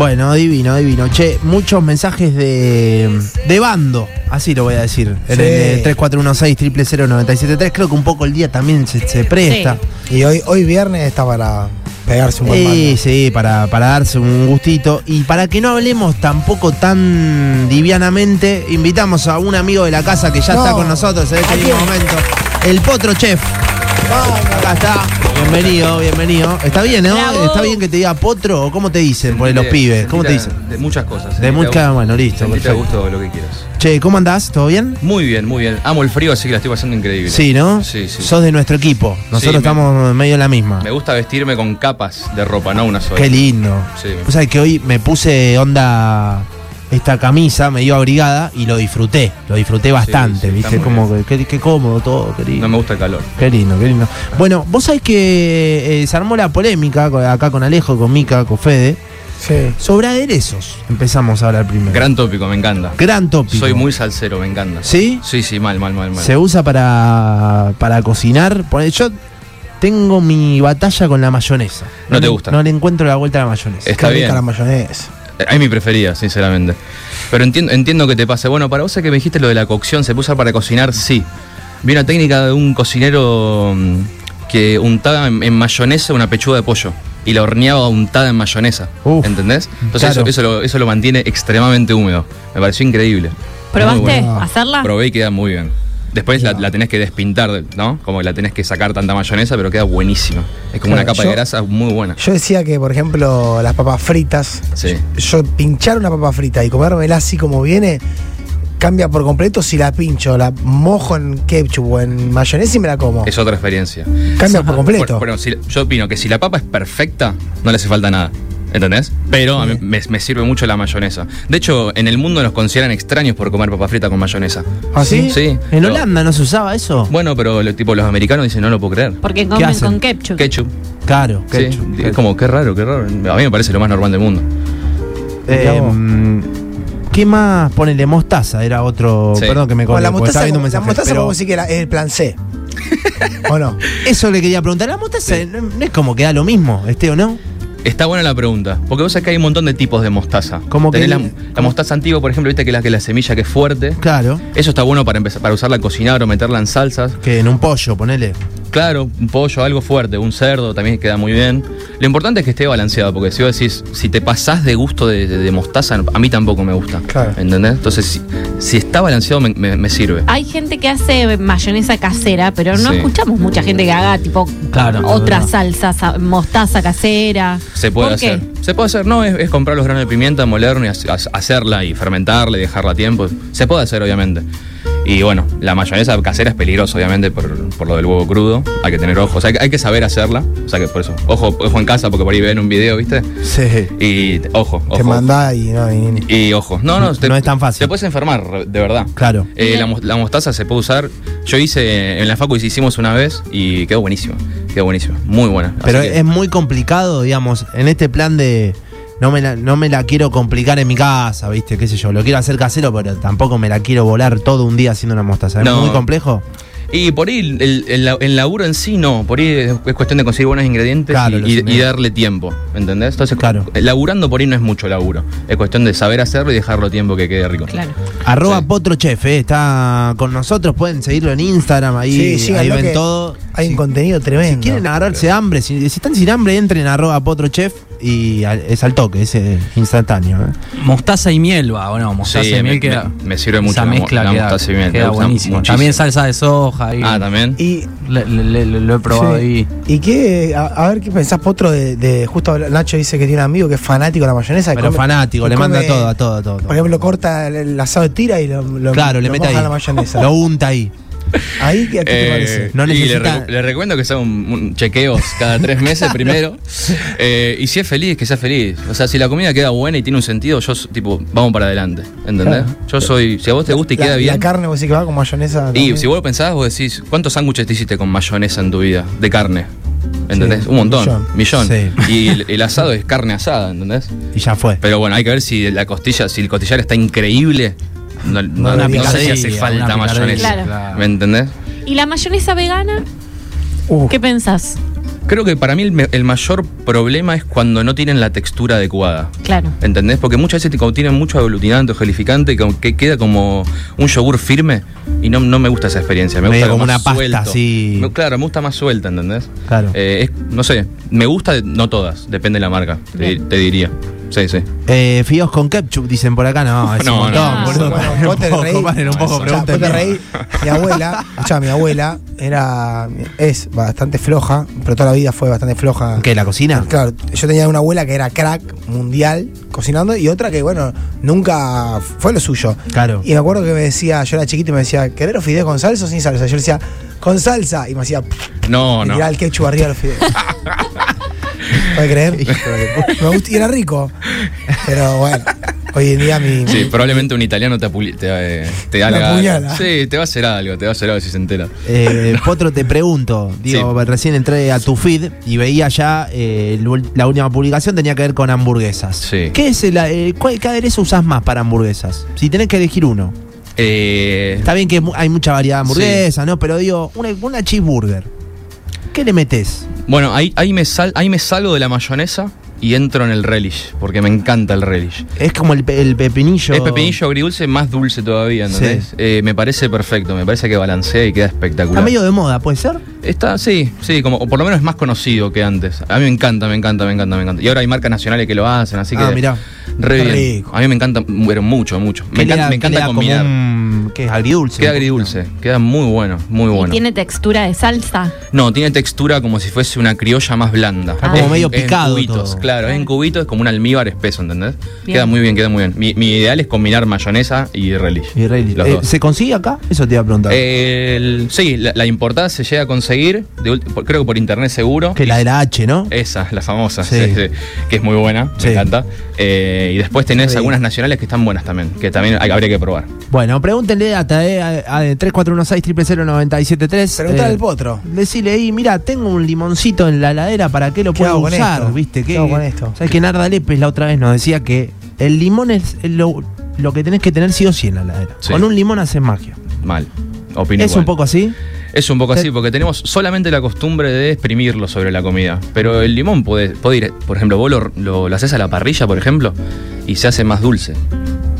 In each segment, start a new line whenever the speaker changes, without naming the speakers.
Bueno, divino, divino. Che, muchos mensajes de, de bando, así lo voy a decir. En
Sí.
el 3416 973 Creo que un poco el día también se, se presta.
Y hoy, hoy viernes está para pegarse un buen
Sí,
mate.
sí, para, para darse un gustito. Y para que no hablemos tampoco tan livianamente, invitamos a un amigo de la casa que ya
No.
está con nosotros en este
¿A
mismo
quién?
momento. El Potro Chef. Acá está. Bienvenido, bienvenido. Está bien, ¿no?
Bravo.
¿Está bien que te diga Potro o cómo te dicen? Por los
De-
pibes.
se
¿Cómo te
invita
dicen?
De muchas cosas. se
De
invita
muchas-
a-
bueno, listo,
se invita a
perfecto.
gusto lo que quieras.
Che, ¿cómo andás? ¿Todo bien?
Muy bien, muy bien. Amo el frío, así que la estoy pasando increíble.
Sí, ¿no?
Sí, sí.
Sos de nuestro equipo. Nosotros
me-
estamos medio en la misma.
Me gusta vestirme con capas de ropa, no una sola.
Qué lindo.
Sí.
Vos sabés que hoy me puse onda esta camisa, me dio abrigada y lo disfruté. Lo disfruté bastante,
sí, está
¿viste?
muy
Como que qué, qué cómodo todo, qué lindo.
No me gusta el calor.
Qué lindo, qué lindo. Bueno, vos sabés que eh, se armó la polémica co- acá con Alejo, con Mica, con Fede,
Sí.
sobre aderezos. Empezamos a hablar primero.
Gran tópico, me encanta.
Gran tópico.
Soy muy salsero, me encanta.
¿Sí?
Sí, sí, mal, mal, mal, mal.
Se usa para, para cocinar. Pone- Yo tengo mi batalla con la mayonesa.
No te
le-
gusta.
No le encuentro la vuelta a la mayonesa.
Está
Qué rica
bien.
la mayonesa.
Es mi preferida, sinceramente. Pero entiendo, entiendo que te pase. Bueno, para vos es que me dijiste lo de la cocción, ¿se puede usar para cocinar? Sí. Vi una técnica de un cocinero mm, que untaba en, en mayonesa una pechuga de pollo y la horneaba untada en mayonesa.
Uf,
¿Entendés? Entonces
claro.
eso, eso lo, eso lo mantiene extremadamente húmedo. Me pareció increíble.
¿Probaste
Muy Ah, bueno.
hacerla?
Probé y queda muy bien. Después la, la tenés que despintar, ¿no? Como que la tenés que sacar tanta mayonesa, pero queda buenísima. Es como
Claro,
una capa
yo-
de grasa muy buena.
Yo decía que, por ejemplo, las papas fritas.
Sí.
Yo pinchar una papa frita y comérmela así como viene. Cambia por completo si la pincho, la mojo en ketchup o en mayonesa y me la como.
Es otra experiencia.
Cambia por
Bueno,
completo.
bueno, si- yo opino que si la papa es perfecta, no le hace falta nada. ¿Entendés? Pero a mí me, me sirve mucho la mayonesa. De hecho, en el mundo nos consideran extraños por comer papa frita con mayonesa.
¿Ah,
¿Sí?
sí?
Sí.
¿En
Lo-
Holanda no se usaba eso?
Bueno, pero lo- tipo los americanos dicen, no lo puedo creer.
Porque comen
hacen?
con ketchup.
Ketchup.
Claro.
sí.
ketchup,
Es
ketchup.
como, qué raro, qué raro. A mí me parece lo más normal del mundo.
Eh,
Mirá
¿Qué más? Ponele mostaza, era otro.
Sí.
Perdón que me
Bueno,
colé,
la
porque estaba
mostaza,
viendo
como-
un
la
mensaje,
mostaza
pero
podemos decir que era- es el plan C. ¿O no?
Eso le quería preguntar. ¿La mostaza no, no es como que da lo mismo, este o no?
Está buena la pregunta, porque vos sabés que hay un montón de tipos de mostaza.
Como que-
Tenés la, la mostaza antigua, por ejemplo, viste que la, que la semilla que es fuerte.
Claro.
Eso está bueno para empezar, para usarla a cocinar o meterla en salsas.
Que en un pollo, ponele.
Claro, un pollo, algo fuerte, un cerdo también queda muy bien. Lo importante es que esté balanceado, porque si vos decís, si te pasás de gusto de, de- de mostaza, a mí tampoco me gusta.
Claro.
¿Entendés? Entonces, si, si está balanceado, me, me- me sirve.
Hay gente que hace mayonesa casera, pero no
Sí.
escuchamos mucha gente que haga tipo
Claro,
otra
no.
salsa, sa- mostaza casera.
Se puede
¿Por qué?
hacer. Se puede hacer, no, es, es comprar los granos de pimienta, molerlo y ha- ha- hacerla y fermentarla y dejarla a tiempo. Se puede hacer, obviamente. Y bueno, la mayonesa casera es peligrosa, obviamente, por, por lo del huevo crudo. Hay que tener ojos, hay, que- hay que saber hacerla. O sea que por eso, ojo, ojo en casa, porque por ahí ven un video, ¿viste?
Sí.
Y ojo, ojo.
Te mandá y no. y-
Y ojo, no, no,
No es tan fácil.
Te puedes enfermar, de verdad.
Claro.
Eh, la, mos- la mostaza se puede usar. Yo hice en la facu hicimos una vez y quedó buenísimo. Quedó buenísimo. Muy buena. Así
Pero
que-
es muy complicado, digamos, en este plan de. No me, la, no me la quiero complicar en mi casa, ¿viste? ¿Qué sé yo? Lo quiero hacer casero, pero tampoco me la quiero volar todo un día haciendo una mostaza. ¿Es
No.
muy complejo?
Y por ahí el, el- el- el laburo en sí no, por ahí es, es cuestión de conseguir buenos ingredientes
Claro,
y-
los
y, y
ingredientes.
darle tiempo, ¿entendés? Entonces, eh,
Claro.
laburando por ahí no es mucho laburo, es cuestión de saber hacerlo y dejarlo tiempo que quede rico.
Claro.
Arroba
Sí.
PotroChef, eh, está con nosotros, pueden seguirlo en Instagram, ahí,
Sí, sí,
ahí
lo
ven
que
todo.
Hay
Si
un contenido tremendo.
quieren agarrarse hambre, si, si están sin hambre, entren a arroba PotroChef y al- es al toque, es eh, instantáneo. eh.
Mostaza y miel va, o no, mostaza
Sí,
y
me-
miel queda.
me- me sirve mucho
esa
la mo-
mezcla
la
queda,
mostaza y miel, me
queda
gusta
buenísimo.
muchísimo.
También salsa de soja. y-
Ah, también.
Y
le- le- le- le- lo he probado
Sí.
ahí.
¿Y qué? A, a ver qué pensás, Potro, de, de- justo habla- Nacho dice que tiene un amigo que es fanático de la mayonesa. que
Pero
come-
fanático,
que
le
come-
manda todo, a todo, a todo. a todo.
Por ejemplo, corta el, el asado de tira y lo, lo-
claro, le
lo
mete
moja
ahí.
en la mayonesa.
Lo unta ahí.
¿Ahí qué, a qué
Eh,
te parece?
No
y
necesita-
le, recu- le recomiendo que sea un, un chequeos cada tres meses primero. Eh, y si es feliz, que sea feliz. O sea, si la comida queda buena y tiene un sentido, yo, s- tipo, vamos para adelante. ¿Entendés?
Claro.
Yo soy, si a vos te gusta y
la,
queda bien.
La carne, vos decís que va con mayonesa.
Y
también.
si vos lo pensabas, vos decís, ¿cuántos sándwiches te hiciste con mayonesa en tu vida? De carne. ¿Entendés?
Sí,
un montón.
un
Millón.
Sí.
Y el, el asado es carne asada, ¿entendés?
Y ya fue.
Pero bueno, hay que ver si la costilla, si el costillar está increíble. No, no-
Una
no sé si
picardía,
hace
una
falta
picardía.
mayonesa.
Claro.
¿Me entendés?
¿Y la mayonesa vegana?
Uh,
¿Qué pensás?
Creo que para mí el, me- el mayor problema es cuando no tienen la textura adecuada.
Claro.
¿Entendés? Porque muchas veces te contienen mucho aglutinante o gelificante que, que queda como un yogur firme y no, no me gusta esa experiencia. Me
Medio
gusta
como
más
una pasta,
suelto.
así.
Me- claro, me gusta más suelta, ¿entendés?
Claro.
Eh, es- no sé, me gusta, de- no todas, depende de la marca, te,
Bien.
te diría. Sí, sí.
Eh, fideos con ketchup, dicen por acá. No, es
No,
un
no,
montón,
no.
boludo.
Bueno,
Paren
vos
un
te
poco,
reís.
paren un poco,
O sea, vos te
pregunten bien.
reís. Mi abuela, escuchá, mi abuela era, es bastante floja, pero toda la vida fue bastante floja.
¿Qué, la cocina?
Claro, yo tenía una abuela que era crack mundial cocinando y otra que, bueno, nunca fue lo suyo.
Claro.
Y me acuerdo que me decía, yo era chiquito y me decía, ¿querés los fideos con salsa o sin salsa? Yo le decía, con salsa. Y me hacía,
No, no.
tirar el ketchup arriba de los fideos. ¿Puedes creer? me gusta, y era rico. Pero bueno, hoy en día mi.
Sí, probablemente un italiano te, apuli- te, eh, te
Te
haga
apuñala.
algo. Sí, te va a hacer algo, te va a hacer algo si se entera.
Eh, Potro, te pregunto, digo, recién entré a tu feed y veía ya eh, el ul- la última publicación tenía que ver con hamburguesas.
Sí.
¿Qué es el, eh, cuál- qué aderezo usás más para hamburguesas? Si tenés que elegir uno.
Eh,
Está bien que mu- hay mucha variedad de hamburguesas, ¿no? Pero digo, una, una cheeseburger. ¿Qué le metes?
bueno, ahí, ahí, me sal, ahí me salgo de la mayonesa y entro en el relish, porque me encanta el relish.
Es como el, pe- el pepinillo.
Es pepinillo agridulce, más dulce todavía, ¿entendés?
Sí.
Eh, me parece perfecto, me parece que balancea y queda espectacular.
Está medio de moda, ¿puede ser?
Está, sí, sí, como, o por lo menos es más conocido que antes. A mí me encanta, me encanta, me encanta, me encanta. Y ahora hay marcas nacionales que lo hacen, así que.
Ah, mirá.
Re
Qué
bien.
rico.
A mí me encanta, pero mucho, mucho.
¿Qué
Me
le
encanta,
da-
me
qué le
encanta
da como
combinar.
un- ¿Qué es? Agridulce.
Queda agridulce, queda muy bueno, muy bueno.
Y tiene textura de salsa.
No, tiene textura como si fuese una criolla más blanda.
Está
como
medio picado
En cubitos,
todo.
claro, es en cubitos, es como un almíbar espeso, ¿entendés?
Bien.
Queda muy bien, queda muy bien. Mi, mi ideal es combinar mayonesa y relish.
Y Rayleigh.
Los
Eh,
dos. Eh,
¿Se consigue acá? Eso te iba a preguntar.
El- sí, la, la importada se llega a conseguir, de ulti- por- creo que por internet seguro.
que la de la H, ¿no?
Esa, la famosa,
Sí.
sí, sí, que es muy buena,
Sí.
me encanta. Eh, y después tenés algunas nacionales que están buenas también, que también hay- habría que probar.
Bueno, pregúntenle a, TAE a, a 3416-000973.
Preguntale
Eh,
al potro.
Decirle, ahí, mira, tengo un limoncito en la heladera, ¿para qué lo
¿Qué
puedo
hago con
usar?
esto?
¿Viste?
¿Qué hago con esto?
¿Sabes que Narda Lépez la otra vez nos decía que el limón es lo, lo que tenés que tener sí o sí en la heladera?
Sí.
Con un limón haces magia.
Mal. Opino
¿Es
igual.
un poco así?
Es un poco
Te-
así, porque tenemos solamente la costumbre de exprimirlo sobre la comida. Pero el limón puede, puede ir, por ejemplo, vos lo, lo- lo haces a la parrilla, por ejemplo, y se hace más dulce.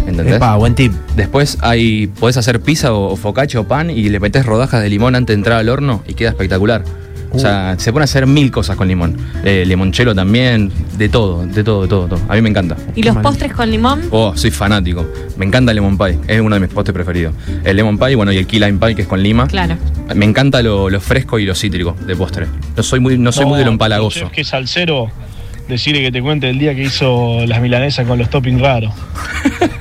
¿Entendés?
Epa, buen tip.
Después hay, podés hacer pizza o, o focaccia o pan y le metés rodajas de limón antes de entrar al horno y queda espectacular. O sea, se pone a hacer mil cosas con limón. Eh, limonchelo también, de todo, de todo, de todo, de todo. A mí me encanta.
¿Y los
Mal.
postres con limón?
Oh, soy fanático. Me encanta el lemon pie. Es uno de mis postres preferidos. El lemon pie, bueno, y el key lime pie, que es con lima.
Claro.
Me encanta lo, lo fresco y lo cítrico de postre. No soy muy, no soy muy de lo empalagoso.
Es que salsero, decirle que te cuente el día que hizo las milanesas con los toppings raros.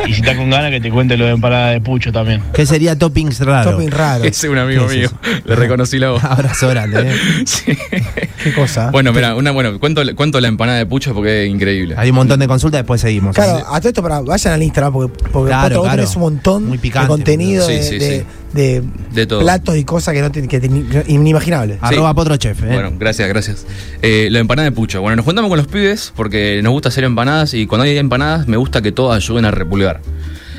y si está con ganas, que te cuente lo de empanada de pucho también.
¿Qué sería toppings raro?
Shopping raro.
Ese es un amigo
¿Qué
mío.
es
Le reconocí la
Ah,
voz.
Abrazo grande, ¿eh?
Sí.
Qué cosa.
Bueno, mira, una, bueno, cuento, cuento la empanada de pucho porque es increíble.
Hay un montón de consultas, después seguimos.
Claro, a todo esto para, vayan al Instagram porque, porque
Claro,
Potro, vos
claro.
tenés un montón
Muy picante,
de contenido
boludo.
de,
Sí, sí,
de-
sí.
de
De todo.
platos y cosas que no te- que te- inimaginables.
Arroba Potrochef, ¿eh?
Bueno, gracias, gracias. Eh, la empanada de pucho. Bueno, nos juntamos con los pibes porque nos gusta hacer empanadas y cuando hay empanadas me gusta que todas ayuden a repulgar.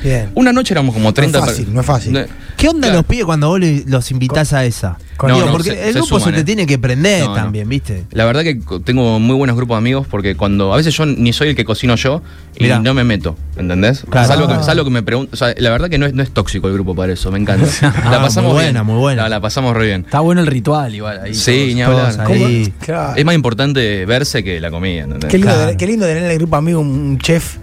Bien.
Una noche éramos como 30
No es fácil,
per-
no es fácil.
¿Qué onda
Claro.
los pide cuando vos le- los invitás a esa?
Con-
Digo,
No, no,
porque
se-
el
se
grupo
suman,
se te
eh.
tiene que prender
No, no.
también, ¿viste?
La verdad que co- tengo muy buenos grupos de amigos porque cuando a veces yo ni soy el que cocino yo y
Mirá.
no me meto, ¿entendés?
Claro.
Salvo,
Ah.
que, salvo que me pregunto, o sea, la verdad que no es, no es tóxico el grupo para eso, me encanta.
Ah,
la pasamos
muy buena,
bien.
muy buena.
La, la pasamos re bien.
Está bueno el ritual igual ahí.
Sí,
todos.
ni
todos
hablar.
ahí.
¿Cómo?
Claro.
Es más importante verse que la comida, ¿entendés?
Qué lindo,
Claro.
tener- qué lindo tener en el grupo amigo un chef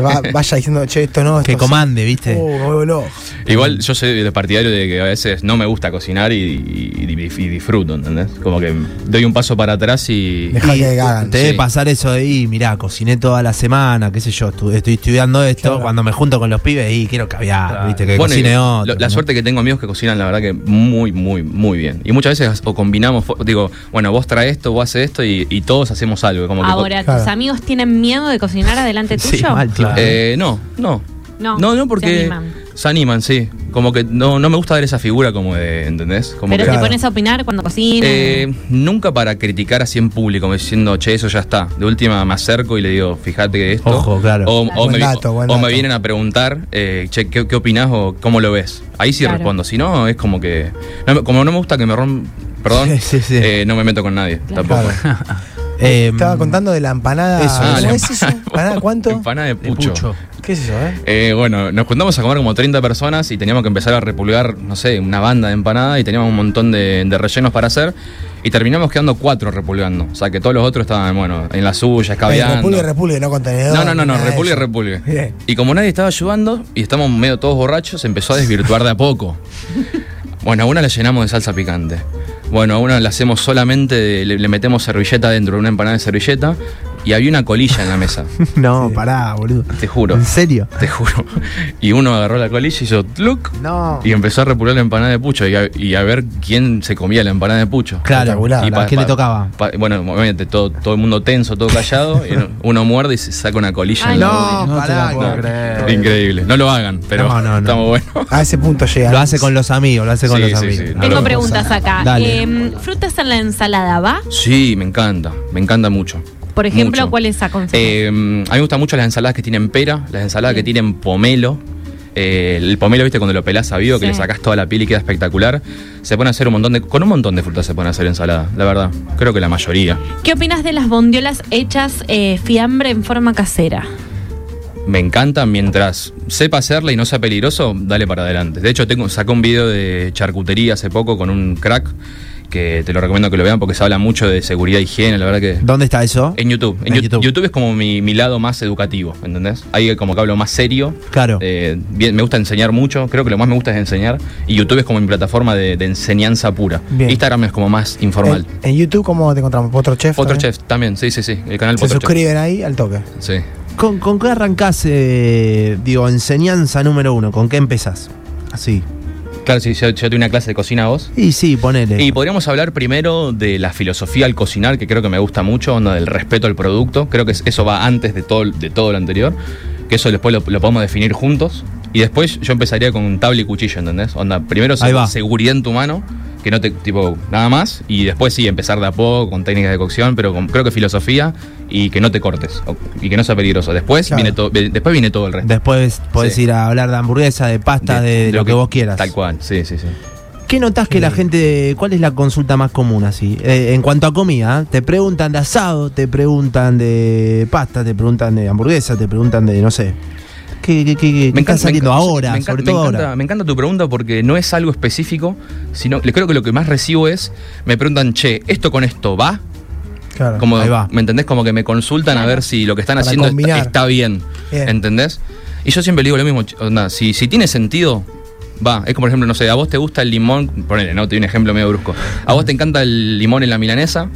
va- vaya diciendo, che, esto no, esto
Que
sí".
comande, ¿viste?
Oh, me vuelvo loco.
Igual yo soy de partidario de que a veces no me gusta cocinar y, y- y disfruto, ¿entendés? Como que doy un paso para atrás y...
Dejá
Y
que hagan.
Te debe
Sí.
pasar eso de, y mirá, cociné toda la semana, qué sé yo, estu- estoy estudiando esto,
Claro.
cuando me junto con los pibes y quiero caviar, ¿viste? Que
Bueno, y
cocine
lo-
otro.
la
¿no?
suerte que tengo amigos que cocinan, la verdad que muy, muy, muy bien. Y muchas veces o combinamos, fo- digo, bueno, vos traes esto, vos haces esto y, y todos hacemos algo. Como que-
Ahora, ¿tus
Claro.
amigos tienen miedo de cocinar adelante tuyo?
Sí, mal, claro.
Eh, no, no.
No,
no, no,
se
porque
animan.
se animan, sí. Como que no, no me gusta ver esa figura como de, ¿entendés? Como
Pero
que-
Claro.
te pones a opinar cuando cocinas.
Eh, nunca para criticar así en público, me diciendo, che, eso ya está. De última me acerco y le digo, fíjate que esto.
Ojo, claro.
O, o
Buen
me, vi-
dato, buen
o me
dato.
vienen a preguntar, eh, che, ¿qué, qué opinás o cómo lo ves? Ahí sí
Claro.
respondo. Si no, es como que. no me- como no me gusta que me rompan. perdón,
Sí, sí, sí.
eh, no me meto con nadie tampoco.
Claro.
Eh,
Estaba contando de la empanada.
Eso,
Ah,
¿Cómo
la
es eso?
empanada.
¿Empanada cuánto?
Empanada de
De
pucho.
pucho.
¿Qué es eso, eh?
Eh, bueno, nos juntamos a comer como 30 personas y teníamos que empezar a repulgar, no sé, una banda de empanada y teníamos un montón de, de rellenos para hacer y terminamos quedando cuatro repulgando. O sea que todos los otros estaban, bueno, en la suya,
Eh,
escabeando.
Repulgue, repulgue, no contenedor.
No, no, no, no,
nada de
repulgue,
eso.
repulgue.
Bien.
Y como nadie estaba ayudando y estamos medio todos borrachos, se empezó a desvirtuar de a poco. Bueno, a una la llenamos de salsa picante. Bueno, a una la hacemos solamente, de- le, le metemos servilleta dentro, una empanada de servilleta, y había una colilla en la mesa,
no, pará, boludo.
te juro,
¿En serio?
te juro. Y uno agarró la colilla y hizo look
No.
y empezó a repular la empanada de pucho y a, y a ver quién se comía la empanada de pucho.
Claro,
Espectacular.
¿a
Y pa-
quién le
pa-
tocaba?
pa- bueno, obviamente todo, todo el mundo tenso, todo callado, y uno muerde y se saca una colilla.
Ay,
en la
no.
boca.
No te la puedo
no.
creer.
Increíble. No lo hagan, pero
No, no, no.
estamos buenos.
A ese punto llega.
Lo hace con los amigos, lo hace con
Sí,
los
sí,
amigos.
sí, no
Tengo
lo-
preguntas acá.
Dale.
Em, ¿Frutas en la ensalada va?
Sí, me encanta. Me encanta mucho.
Por ejemplo,
Mucho.
¿cuáles aconsejas?
Eh, a mí me gustan mucho las ensaladas que tienen pera, las ensaladas que tienen pomelo. Eh, el pomelo, viste, cuando lo pelás a vivo, que
Sí.
le sacás toda la piel y queda espectacular. Se pone a hacer un montón de. Con un montón de frutas se pone a hacer ensalada, la verdad. Creo que la mayoría.
¿Qué opinas de las bondiolas hechas eh, fiambre en forma casera?
Me encanta mientras sepa hacerla y no sea peligroso, dale para adelante. De hecho, tengo, saqué un video de charcutería hace poco con un crack que te lo recomiendo que lo vean porque se habla mucho de seguridad e higiene, la verdad que.
¿Dónde está eso?
En YouTube. En,
En
Yu-
YouTube.
YouTube. es como mi, mi lado más educativo, ¿entendés? Ahí como que hablo más serio.
Claro.
Eh, bien, me gusta enseñar mucho. Creo que lo más me gusta es enseñar. Y YouTube es como mi plataforma de, de enseñanza pura.
Bien. Eh,
Instagram es como más informal.
En, en YouTube, ¿cómo te encontramos? Potro Chef.
Otro
también?
chef también, sí, sí, sí. El canal
¿eh? Se
Potro Chef.
suscriben ahí al toque.
Sí.
¿Con, con qué arrancás, eh, digo, enseñanza número uno? ¿Con qué empezás? Así.
Claro, si yo, yo tuve una clase de cocina vos.
Y sí, ponele.
Y podríamos hablar primero de la filosofía al cocinar, que creo que me gusta mucho, onda del respeto al producto. Creo que es- eso va antes de todo, de todo lo anterior, que eso después lo, lo podemos definir juntos. Y después yo empezaría con un tabla y cuchillo, ¿entendés? Onda, primero
Ahí
se-
va.
seguridad en tu mano, que no te, tipo, nada más. Y después sí, empezar de a poco, con técnicas de cocción, pero con- creo que filosofía y que no te cortes, o- y que no sea peligroso. Después,
Claro.
viene, todo después viene todo el resto.
Después podés
Sí.
ir a hablar de hamburguesa, de pasta, de, lo, que, vos quieras.
Tal cual, Eh. sí, sí, sí.
¿Qué notás que la gente, cuál es la consulta más común así? Eh, en cuanto a comida, ¿eh? te preguntan de asado, te preguntan de pasta, te preguntan de hamburguesa, te preguntan de, no sé. ¿Qué, qué, qué, qué está saliendo
enca-
ahora?
me encanta-
sobre
me
todo
encanta-
ahora.
me encanta tu pregunta porque no es algo específico, sino le creo que lo que más recibo es, me preguntan, che, ¿esto con esto va?
Claro.
Como,
ahí va.
¿Me entendés? Como que me consultan a ver si lo que están
Para
haciendo está-
combinar.
está, bien.
Bien.
¿Entendés? Y yo siempre le digo lo mismo, ch- onda, si, si tiene sentido, va. Es como, por ejemplo, no sé, a vos te gusta el limón, ponele, no, te doy un ejemplo medio brusco. A vos te encanta el limón en la milanesa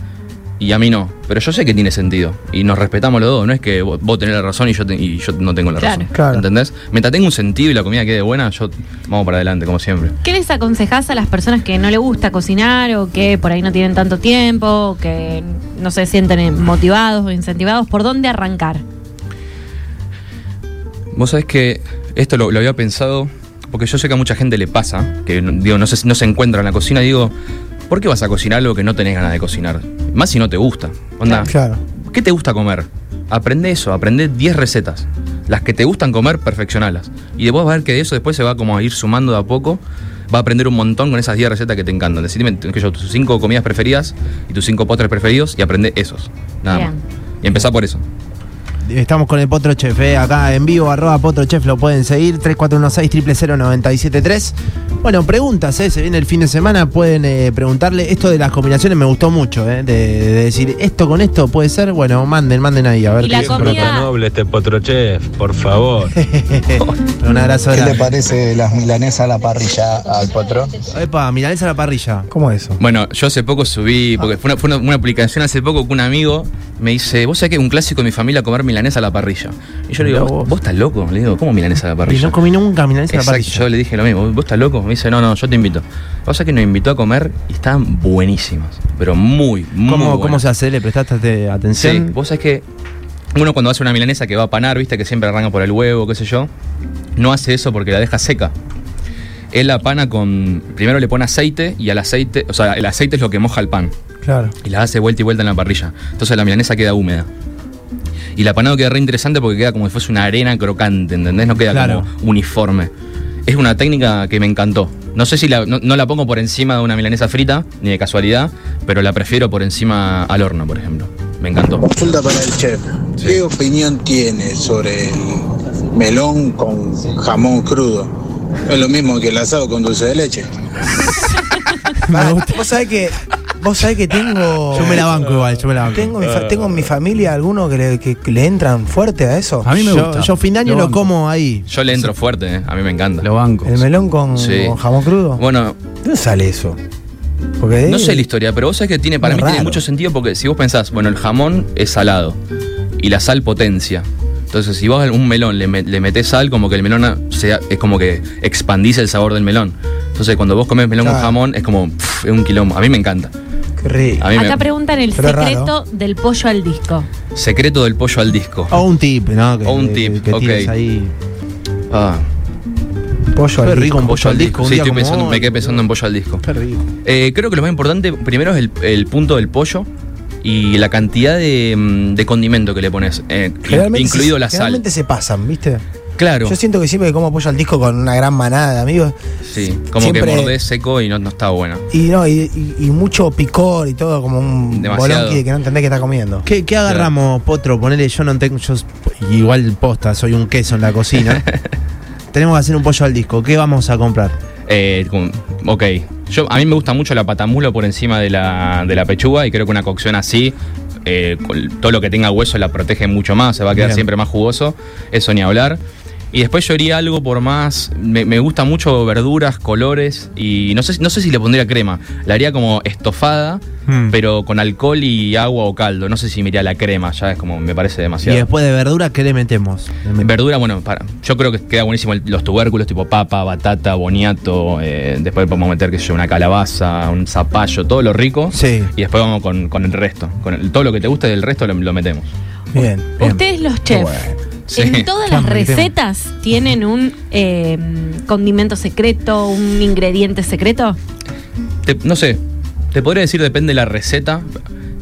y a mí no. Pero yo sé que tiene sentido y nos respetamos los dos. No es que vos, vos tenés la razón y yo, te- y yo no tengo la
Claro.
razón.
Claro.
¿Entendés? Mientras tenga un sentido y la comida quede buena, yo vamos para adelante, como siempre.
¿Qué les aconsejás a las personas que no les gusta cocinar o que por ahí no tienen tanto tiempo, o que no se sienten eh, motivados o incentivados? ¿Por dónde arrancar?
Vos sabés que esto lo, lo había pensado, porque yo sé que a mucha gente le pasa, que no- digo, no, se, no se encuentra en la cocina, digo, ¿por qué vas a cocinar algo que no tenés ganas de cocinar? Más si no te gusta. Onda,
Claro.
¿qué te gusta comer? Aprende eso, aprende 10 recetas. Las que te gustan comer, perfeccionalas. Y después vas a ver que de eso después se va como a ir sumando de a poco. Va a aprender un montón con esas 10 recetas que te encantan. Decime que yo, tus 5 comidas preferidas y tus 5 postres preferidos y aprende esos. Nada
Bien.
más. Y empezá por eso.
Estamos con el Potro Chef, eh, acá en vivo, arroba Potro Chef, lo pueden seguir, 3416-000973. Bueno, preguntas, eh, se viene el fin de semana, pueden eh, preguntarle. Esto de las combinaciones me gustó mucho, eh, de, de decir esto con esto puede ser. Bueno, manden, manden ahí, a ver
Y la
qué-
comida-
Tan noble este Potrochef, por favor.
Un abrazo
¿Qué le
grande.
parece las milanesas a la parrilla al potro?
Epa, milanesa a la parrilla.
¿Cómo es eso?
Bueno, yo hace poco subí, porque fue, una, fue una- una aplicación hace poco que un amigo me dice, vos sabés que es un clásico de mi familia comer milanesa a la parrilla. Y yo le digo,
Mirá
¿Vos,
vos.
vos estás loco? Le digo, ¿cómo milanesa a la
Y
parrilla?
no comí nunca milanesa a la
Exacto,
parrilla.
yo le dije lo mismo, ¿vos estás loco? Me dice, no, no, yo te invito. Pasa que nos invitó a comer y estaban buenísimas, pero muy, muy
¿Cómo,
buenas.
¿Cómo se hace? ¿Le prestaste
Sí,
atención?
vos sabés que uno cuando hace una milanesa que va a panar, viste, que siempre arranca por el huevo, qué sé yo, no hace eso porque la deja seca. Él la pana con. Primero le pone aceite y al aceite. O sea, el aceite es lo que moja el pan
Claro.
y la hace vuelta y vuelta en la parrilla. Entonces la milanesa queda húmeda. Y la panado queda re interesante porque queda como si fuese una arena crocante, ¿entendés? No queda
Claro.
como uniforme. Es una técnica que me encantó. No sé si la, no, no la pongo por encima de una milanesa frita, ni de casualidad, pero la prefiero por encima al horno, por ejemplo. Me encantó.
Consulta para el chef.
Sí.
¿Qué opinión tiene sobre el melón con jamón crudo? Es lo mismo que el asado con dulce de leche.
Pará, vos sabés que. Vos sabés que tengo.
Yo me la banco igual, yo me la banco.
Tengo, mi fa- tengo en mi familia algunos que le, que- que le entran fuerte a eso.
A mí me
yo,
gusta.
yo fin de año
Lo
lo,
banco.
como ahí.
Yo le entro fuerte, eh, a mí me encanta.
Lo banco.
El melón con,
Sí.
con jamón crudo.
Bueno,
¿De dónde sale eso? Porque
No sé la historia, pero vos sabés que tiene, para
Muy
mí tiene
raro.
mucho sentido porque si vos pensás, bueno, el jamón es salado y la sal potencia. Entonces, si vos a un melón le, me- le metés sal, como que el melón a- se- es como que expandice el sabor del melón. Entonces, cuando vos comes melón con
Claro.
jamón, es como pff, es un quilombo. A mí me encanta.
Qué rico.
A mí
Acá
me-
preguntan el
Pero es raro.
secreto del pollo al disco.
Secreto del pollo al disco.
O un tip, ¿no? Que-
O un
que-
tip,
que tires
ok.
ahí.
Ah,
Pollo
Qué
al
rico un pollo al disco. un
Sí,
día
estoy
como
pensando,
hoy.
me quedé pensando en pollo al disco.
Qué rico.
Eh, creo que lo más importante primero es el, el punto del pollo y la cantidad de, mm, de condimento que le pones, eh,
Generalmente
incluido
se-
la sal.
Generalmente se pasan, ¿viste?
Claro.
Yo siento que siempre que como pollo al disco con una gran manada de amigos.
Sí, como que
siempre-
mordés seco y no, no está bueno.
Y no, y, y- y mucho picor y todo, como un
Demasiado.
bolonqui de que no entendés que está comiendo.
¿Qué, qué agarramos, Potro? Ponele, yo no tengo. Yo, igual posta, soy un queso en la cocina. Tenemos que hacer un pollo al disco. ¿Qué vamos a comprar?
Eh, con- ok. Yo, a mí me gusta mucho la patamulo por encima de la, de la pechuga y creo que una cocción así, eh, con todo lo que tenga hueso la protege mucho más, se va a quedar
Bien.
siempre más jugoso. Eso ni hablar. Y después yo iría algo por más. Me, me gusta mucho verduras, colores y no sé, si- no sé si le pondría crema. La haría como estofada,
Hmm.
pero con alcohol y agua o caldo. No sé si me iría la crema, ya es como me
Y
parece demasiado.
después de verdura, ¿qué le metemos?
Verdura, bueno, para. Yo creo que queda buenísimo el- los tubérculos tipo papa, batata, boniato. eh, después podemos meter, que yo, una calabaza, un zapallo, todo lo rico.
Sí.
Y después vamos con, con el resto. Con el- todo lo que te guste del resto lo, lo metemos.
Bien.
Ustedes los chefs,
Sí.
en todas las
Vamos, metemos.
recetas tienen un eh, condimento secreto, un ingrediente secreto.
Te- no sé, te podría decir depende de la receta.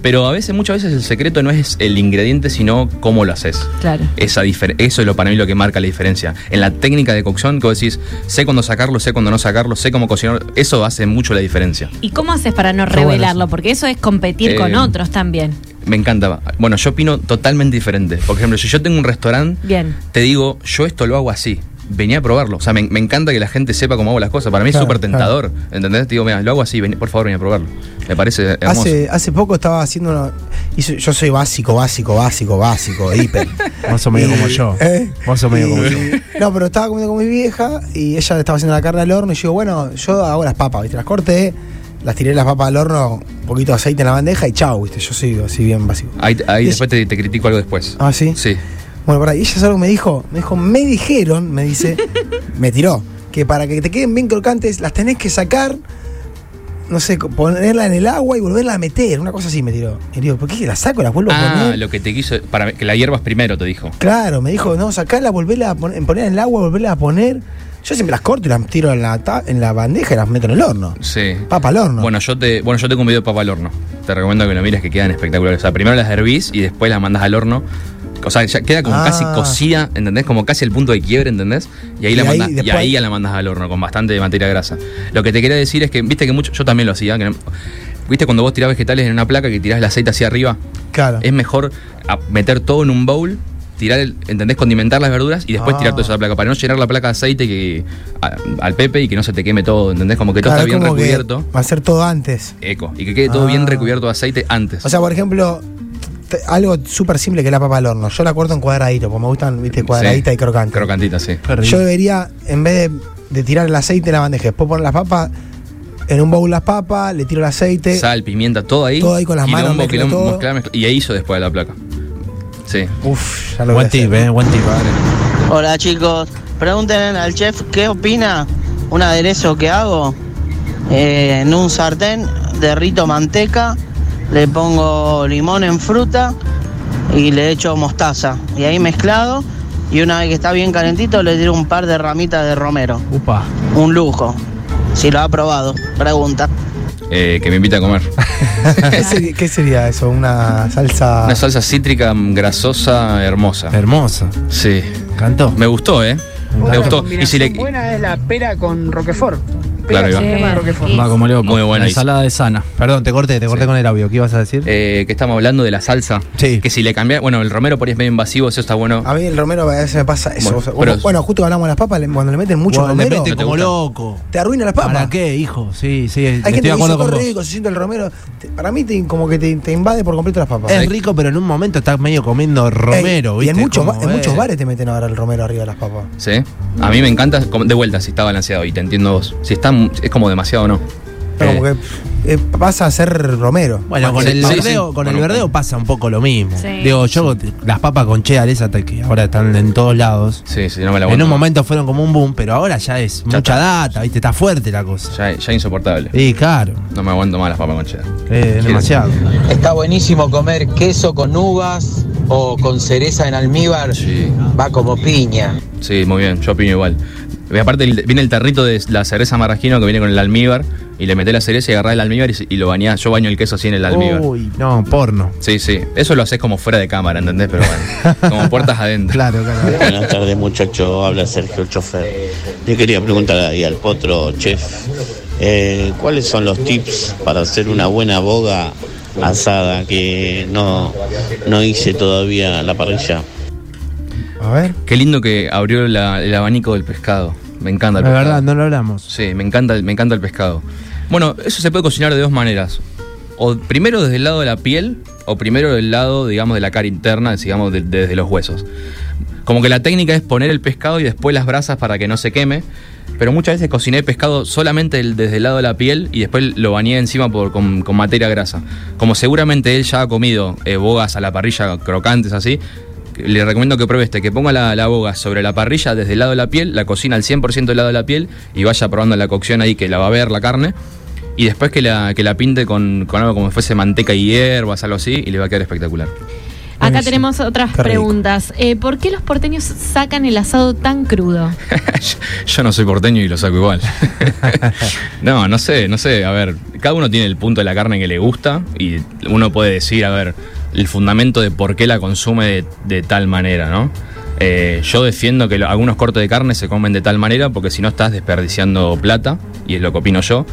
Pero a veces, muchas veces el secreto no es el ingrediente, sino cómo lo haces.
Claro.
Esa difer- eso es lo para mí lo que marca la diferencia. En la técnica de cocción, que vos decís, sé cuándo sacarlo, sé cuándo no sacarlo, sé cómo cocinar, eso hace mucho la diferencia.
¿Y cómo haces para no
Está bueno
revelarlo? Porque eso es competir
Eh,
con otros también.
Me encanta. Bueno, yo opino totalmente diferente. Por ejemplo, si yo tengo un restaurante,
Bien.
te digo, yo esto lo hago así. Vení a probarlo. O sea, me, me encanta que la gente sepa cómo hago las cosas. Para mí
Claro,
es súper tentador. ¿Entendés? Te digo, mira, lo hago así, vení- por favor, vení a probarlo. Me parece hermoso.
Hace, hace poco estaba haciendo una. hizo- yo soy básico, básico, básico, básico, hiper.
Más o menos
Y-
como yo.
¿Eh?
Más o menos como yo.
Y- No, pero estaba comiendo con mi vieja y ella estaba haciendo la carne al horno y yo, bueno, yo hago las papas, ¿viste? Las corté, las tiré las papas al horno, un poquito de aceite en la bandeja y chau, ¿viste? Yo soy así bien básico.
Ahí, ahí
Y-
después te, te critico algo después.
Ah, ¿sí?
Sí.
Bueno, para, y ella algo me dijo, me dijo, me dijeron, me dice, me tiró, que para que te queden bien crocantes las tenés que sacar, no sé, co- ponerla en el agua y volverla a meter, una cosa así me tiró. Y digo, ¿por qué la saco, la vuelvo a
Ah,
poner?
lo que te quiso. Para que la hierbas primero, te dijo.
Claro, me dijo, no, sacala, volverla a poner, ponerla en el agua, volverla a poner. Yo siempre las corto y las tiro en la, ta- en la bandeja y las meto en el horno.
Sí.
Papa al horno.
Bueno, yo te, bueno, yo tengo un video de papa al horno. Te recomiendo que lo mires que quedan espectaculares. O sea, primero las hervís y después las mandas al horno. O sea, ya queda como
Ah.
casi cocida, ¿entendés? Como casi el punto de quiebre, ¿entendés? Y ahí,
Y
la
ahí
mandas, y
después-
ahí ya la mandas al horno con bastante materia grasa. Lo que te quería decir es que, viste que mucho, yo también lo hacía, que no- viste cuando vos tirás vegetales en una placa que tirás el aceite hacia arriba,
claro.
es mejor a- meter todo en un bowl, tirar el, ¿entendés? Condimentar las verduras y después
Ah.
tirar toda esa placa, para no llenar la placa de aceite que, a- al pepe y que no se te queme todo, ¿entendés? Como que todo
Claro,
está bien
como que
recubierto.
Va a ser todo antes.
Eco. Y que quede todo
Ah.
bien recubierto de aceite antes.
O sea, por ejemplo, t- algo súper simple que es la papa al horno. Yo la corto en cuadradito, porque me gustan, viste, cuadradita
Sí.
y crocante.
crocantita, sí.
Yo debería, en vez de, de tirar el aceite en la bandeja, después poner las papas, en un bowl las papas, le tiro el aceite.
Sal, pimienta, todo ahí.
Todo ahí con las
Quilombo,
manos, mezclo
quilombo,
todo.
mezclá, mezclá. Y ahí hizo después de la placa. Sí.
Uf, ya lo voy a
Buen
hacer.
tip, eh, buen tip.
Hola chicos, pregúntenle al chef qué opina un aderezo que hago. Eh, en un sartén derrito manteca, le pongo limón en fruta y le echo mostaza. Y ahí mezclado y una vez que está bien calentito le tiro un par de ramitas de romero.
Upa.
Un lujo. Si lo ha probado, pregunta.
Eh, que me invita a comer.
Ah. ¿Qué sería- ¿Qué sería eso? ¿Una salsa?
Una salsa cítrica mm, grasosa hermosa.
Hermoso.
Sí.
Cantó.
Me gustó, ¿eh. Me gustó. Y si le.
buena es la pera con Roquefort.
Claro,
pega.
ahí va.
sí, creo que fue.
Va como loco.
Muy buena
La
y-
ensalada de sana.
Perdón, te corté, te corté
Sí.
con el audio. ¿Qué ibas a decir?
Eh, que estamos hablando de la salsa.
Sí.
Que si le cambias. Bueno, el romero por ahí es medio invasivo, eso está bueno.
A mí el romero a veces me pasa eso.
Bueno,
O sea,
pero-
bueno, justo que hablamos de las papas, le- cuando le meten mucho
Bueno, le
romero,
mete
¿No te
como
gusta?
loco.
te arruina las papas.
¿Para qué, hijo? Sí, sí, estoy
Hay gente
de
que dice,
acuerdo con
"Qué
vos.
rico, se siente el romero. Te- para mí te- como que te, te invade por completo las papas.
Es rico, pero en un momento estás medio comiendo
Ey,
romero,
Y
¿viste?
en muchos, ba-
Como,
en
eh,
muchos bares te meten ahora el romero arriba de las papas.
¿Sí? A mí me encanta, como- de vuelta, si está balanceado y te entiendo vos. Si está, es como demasiado o no.
Pero
Eh,
como que eh, pasa a ser romero.
Bueno, con
Sí,
el
sí,
verdeo,
sí.
con el
Bueno,
verdeo pasa un poco lo mismo.
Sí.
Digo, yo las papas con cheddar esas te- que ahora están en todos lados.
Sí, sí, no me la
En
aguanto.
un momento fueron como un boom, pero ahora ya es
Ya
mucha
está.
data, ¿viste? Está fuerte la cosa.
Ya, ya insoportable.
Y claro,
No me aguanto más las papas con cheddar.
eh, es
Sí.
demasiado.
Está buenísimo comer queso con uvas o con cereza en almíbar.
Sí.
Va como piña.
Sí, muy bien, yo opino igual. Y aparte el- viene el tarrito de la cereza marrajino que viene con el almíbar y le metés la cereza y agarrás el almíbar y, se- y lo bañás. Yo baño el queso así en el almíbar.
Uy, no, porno.
Sí, sí. Eso lo haces como fuera de cámara, ¿entendés? Pero bueno, como puertas adentro.
Claro, claro.
Buenas tardes muchachos, habla Sergio el chofer. Yo quería preguntar ahí al potro chef, eh, ¿cuáles son los tips para hacer una buena boga asada que no, no hice todavía la parrilla?
A ver.
Qué lindo que abrió la- el abanico del pescado. Me encanta
La
el pescado.
verdad, no lo hablamos.
Sí, me encanta, el- me encanta el pescado. Bueno, eso se puede cocinar de dos maneras. O primero desde el lado de la piel, o primero del lado, digamos, de la cara interna, digamos, de- desde los huesos. Como que la técnica es poner el pescado y después las brasas para que no se queme. Pero muchas veces cociné pescado solamente el- desde el lado de la piel y después lo bañé encima por- con, con materia grasa. Como seguramente él ya ha comido eh, bogas a la parrilla crocantes así, le recomiendo que pruebe este, que ponga la, la boga sobre la parrilla desde el lado de la piel, la cocina al 100% del lado de la piel y vaya probando la cocción ahí que la va a ver la carne. Y después que la, que la pinte con, con algo como si fuese manteca y hierbas, algo así, y le va a quedar espectacular.
Acá tenemos otras
Qué rico.
preguntas. Eh, ¿Por qué los porteños sacan el asado tan crudo?
Yo- Yo no soy porteño y lo saco igual. no, no sé, no sé. A ver, cada uno tiene el punto de la carne que le gusta y uno puede decir, a ver, el fundamento de por qué la consume de, de tal manera, ¿no? Eh, yo defiendo que lo- algunos cortes de carne se comen de tal manera porque si no estás desperdiciando plata y es lo que opino yo.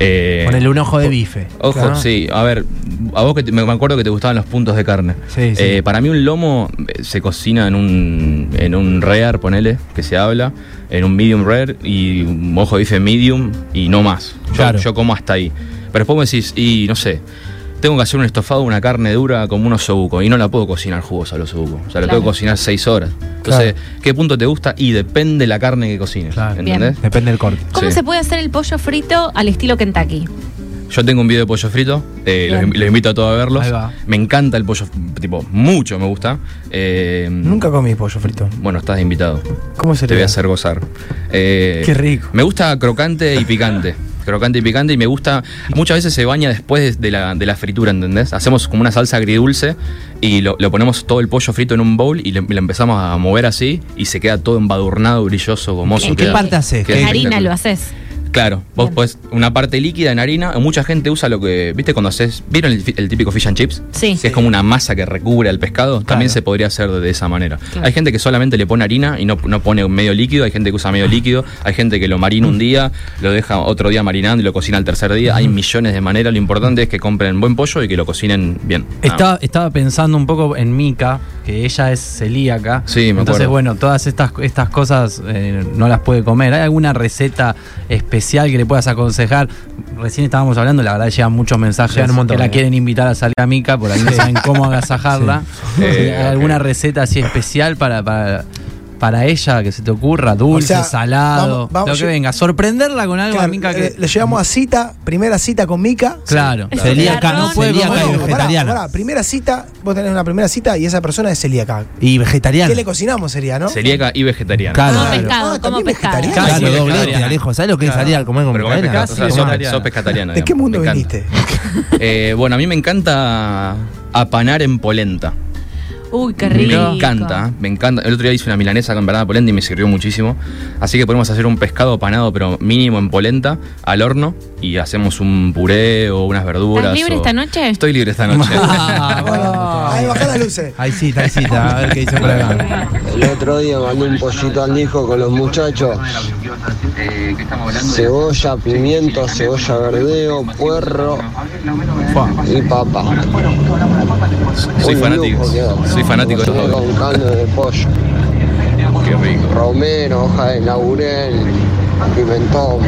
Eh,
Ponele un ojo de bife.
Ojo,
Claro.
sí, a ver, a vos que te- me me acuerdo que te gustaban los puntos de carne.
Sí, sí.
Eh, para mí un lomo eh, se cocina en un, en un rare, ponele, que se habla, en un medium rare y un ojo dice medium y no más. Yo,
Claro.
yo como hasta ahí. Pero después me decís, y no sé, tengo que hacer un estofado, una carne dura como unos osobuco y no la puedo cocinar jugosa los osobuco. O sea, la
Claro.
tengo que cocinar seis horas. Entonces, ¿qué punto te gusta? Y depende la carne que cocines.
Claro.
¿Entendés?
Depende del corte.
¿Cómo
Sí.
se puede hacer el pollo frito al estilo Kentucky?
Yo tengo un video de pollo frito, eh, los,
Bien.
los invito a todos a verlos.
Ahí va.
Me encanta el pollo, tipo, mucho me gusta. Eh,
Nunca comí pollo frito.
Bueno, estás invitado.
¿Cómo se
Te
le
voy a
da?
hacer gozar. Eh,
Qué rico.
Me gusta crocante y picante. crocante y picante y me gusta... Muchas veces se baña después de la, de la fritura, ¿entendés? Hacemos como una salsa agridulce y lo, lo ponemos todo el pollo frito en un bowl y le- lo empezamos a mover así y se queda todo embadurnado, brilloso, gomoso.
¿En qué
queda-
parte haces?
queda
¿Qué-
En harina
espectacular.
lo haces.
Claro, vos
Bien.
podés una parte líquida en harina. Mucha gente usa lo que, ¿viste? Cuando haces. ¿Vieron el, fi- el típico fish and chips?
Sí.
Que
Sí.
es como una masa que recubre al pescado. También
Claro.
se podría hacer de, de esa manera.
Claro.
Hay gente que solamente le pone harina y no, no pone medio líquido. Hay gente que usa medio líquido. Hay gente que lo marina
Mm.
un día, lo deja otro día marinando y lo cocina al tercer día. Hay millones de maneras. Lo importante es que compren buen pollo y que lo cocinen bien.
Estaba-
Ah,
estaba pensando un poco en Mika, que ella es celíaca.
Sí, me
Entonces,
acuerdo.
bueno, todas estas, estas cosas eh, no las puede comer. ¿Hay alguna receta especial que le puedas aconsejar? Recién estábamos hablando, la verdad llegan muchos mensajes
Llegan un montón,
que la
eh.
quieren invitar a salir a Mika, por ahí no saben cómo agasajarla.
Sí.
¿Hay
Eh,
¿Alguna
ok.
receta así especial para, para, para ella que se te ocurra? Dulce,
sea,
salado,
vamos- vamos-
lo que venga. Sorprenderla con algo a
Claro, eh,
Mika que...
le, le llevamos a cita, primera cita con Mica.
claro.
Sí.
Celíaca, no
Garrón.
puede
No,
celíaca
no,
y
pará,
vegetariana.
pará, primera cita, vos tenés una primera cita y esa persona es celíaca.
Y vegetariana.
¿Qué le cocinamos sería, no?
celíaca y vegetariana.
Claro.
Como pescado,
Ah,
como
también
pescado.
vegetariano.
Claro,
Casi
doblete,
vegetariana.
Alejo. ¿Sabes lo que es salir a comer con
Pero con
vegetariana?
pescado, o sea,
Casi
sos-
vegetariana.
sos pescatariana,
¿eh? ¿De qué
digamos.
mundo
Me encanta.
viniste?
Eh, bueno, a mí me encanta apanar en polenta.
Uy, qué
Me
rico.
encanta, me encanta. El otro día hice una milanesa con verdad polenta y me sirvió muchísimo. Así que podemos hacer un pescado panado, pero mínimo en polenta, al horno y hacemos un puré o unas verduras.
¿Estás libre
o-
esta noche?
Estoy libre esta noche.
Ah, bueno.
Ahí baja las luces.
Ahí sí, ahí sí, a ver qué dice por acá.
El otro día mandé un pollito al hijo con los muchachos. Cebolla, pimiento, cebolla verdeo, puerro y papa.
Soy
Un
fanático.
lujo quedó.
Soy fanático de
Cociné
los
Con caldo de pollo.
Qué rico.
Romero, hoja de laurel, pimentón.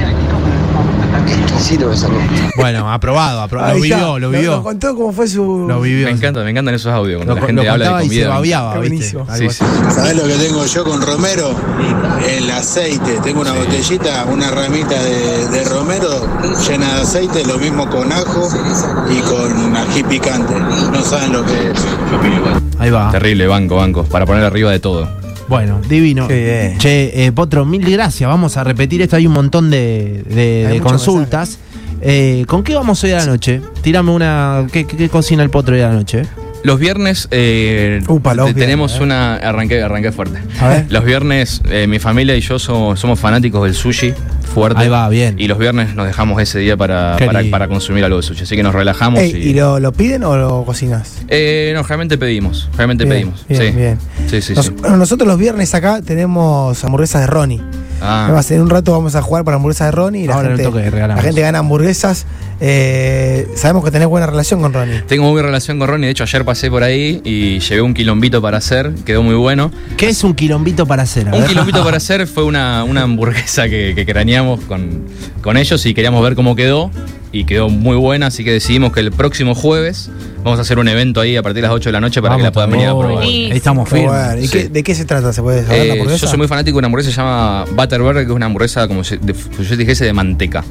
Exquisito me salió.
Bueno, aprobado, aprobado. Lo
Ahí está.
vivió, lo
Nos
vivió.
contó cómo fue su.
Lo vivió.
Me encanta, me encantan esos audios
Lo,
cuando la
co-
gente
lo
habla
contaba
de
y se
comida.
babeaba, ¿viste?
buenísimo.
Algo
Sí,
así.
sí.
¿Sabés lo que tengo yo con romero? El aceite. Tengo una botellita, una ramita de, de romero llena de aceite, lo mismo con ajo y con ají picante. No saben lo que es.
Ahí va.
Terrible, banco, banco. Para poner arriba de todo.
Bueno, divino.
Qué bien.
Che, eh, Potro, mil gracias. Vamos a repetir esto. Hay un montón de, de-
Hay
de
muchos
consultas. Eh, ¿Con qué vamos hoy a la noche? Tirame una. ¿Qué, qué- qué cocina el Potro hoy a la noche?
Los viernes eh,
Upa, los
te-
viernes,
tenemos
eh.
una. Arranqué, arranqué fuerte.
A ver.
Los viernes, eh, mi familia y yo somos, somos fanáticos del sushi, fuerte.
Ahí va, bien.
Y los viernes nos dejamos ese día para,
Qué
para,
lindo.
para consumir algo de sushi. Así que nos relajamos
Ey,
y.
¿Y lo, lo piden o lo cocinas?
Eh, no, realmente pedimos. Realmente
Bien,
pedimos.
bien,
sí.
bien.
sí, sí,
Nos-
sí.
Nosotros los viernes acá tenemos hamburguesas de Ronnie.
Ah,
Además, en un rato vamos a jugar para hamburguesas de Ronnie y la,
Ahora en el
gente,
toque regalamos.
la gente gana hamburguesas. Eh, sabemos que tenés buena relación con Ronnie.
Tengo muy buena relación con Ronnie. De hecho, ayer pasé por ahí y llevé un quilombito para hacer. Quedó muy bueno.
¿Qué es un quilombito para hacer? A
Un
ver.
kilómetro para hacer fue una, una hamburguesa que, que craneamos con, con ellos y queríamos ver cómo quedó. Y quedó muy buena, así que decidimos que el próximo jueves vamos a hacer un evento ahí a partir de las 8 de la noche para que la puedan venir a probar.
Buenísimo.
Ahí estamos
Qué
firmes.
bueno. ¿Y
sí.
qué- ¿De qué se trata? ¿Se puede saber la
Eh, yo
hamburguesa?
soy muy fanático de una hamburguesa que se llama Butterburger, que es una hamburguesa, como si- de- si yo dijese, de manteca.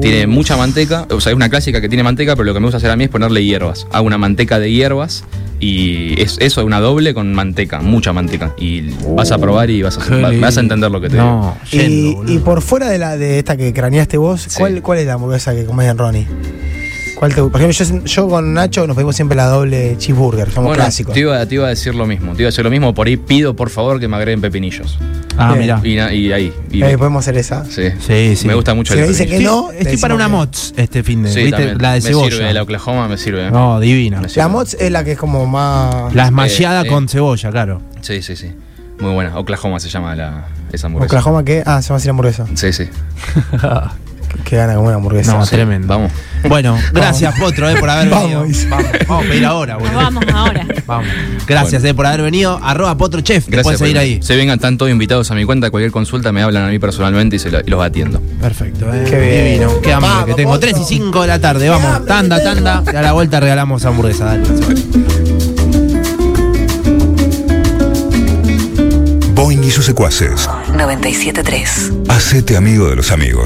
Tiene mucha manteca, o sea, es una clásica que tiene manteca, pero lo que me gusta hacer a mí es ponerle hierbas. Hago una manteca de hierbas y es, eso es una doble con manteca, mucha manteca. Y vas a probar y vas
Qué
a, va- vas
lindo.
a entender lo que te digo.
No,
Y,
yendo,
y
boludo.
por fuera de la de esta que craneaste vos,
Sí.
¿cuál, ¿cuál es la hamburguesa que comés en Ronnie? ¿Cuál te- por ejemplo, yo, yo con Nacho nos pedimos siempre la doble cheeseburger, somos
Bueno,
clásicos.
Te iba, te iba a decir lo mismo. Te iba a decir lo mismo. Por ahí pido, por favor, que me agreguen pepinillos.
Ah,
Bien.
mirá.
Y, na- y ahí. y-
Eh, podemos hacer esa.
sí.
Sí, sí.
Me gusta mucho
Si
el
me dicen que
pepinillo.
no,
estoy, estoy
decimos
para una
que-
mots este fin de.
Sí,
¿viste?
también.
La de
me
cebolla.
sirve, la Oklahoma me sirve.
No, divina.
Me sirve.
La Mots es la que es como más.
La esmayada
Eh, eh.
con cebolla, claro.
Sí, sí, sí. Muy buena. Oklahoma se llama la, esa hamburguesa.
Oklahoma que. Ah, se va a hacer hamburguesa.
Sí, sí.
Qué- Qué gana como una hamburguesa.
No,
sí.
Ah, tremendo.
Vamos.
Bueno, gracias, Potro, eh, por haber
Vamos,
venido.
dice.
Vamos, vamos a pedir ahora,
Nos
boludo.
vamos ahora.
Vamos. Gracias eh, por haber venido. Arroba Potrochef. Te
Gracias.
puedes
por
seguir
venir.
ahí.
Se vengan tantos invitados a mi cuenta. Cualquier consulta me hablan a mí personalmente y, se la- y los atiendo.
Perfecto, eh.
Qué bien.
Divino. Qué hambre
Vamos,
que tengo.
Potro.
3 y 5 de la tarde.
Qué
Vamos.
hambre
Tanda,
que tengo.
tanda. Y a la vuelta regalamos hamburguesa. Dale.
Boeing y sus secuaces.
973.
Hacete amigo de los amigos.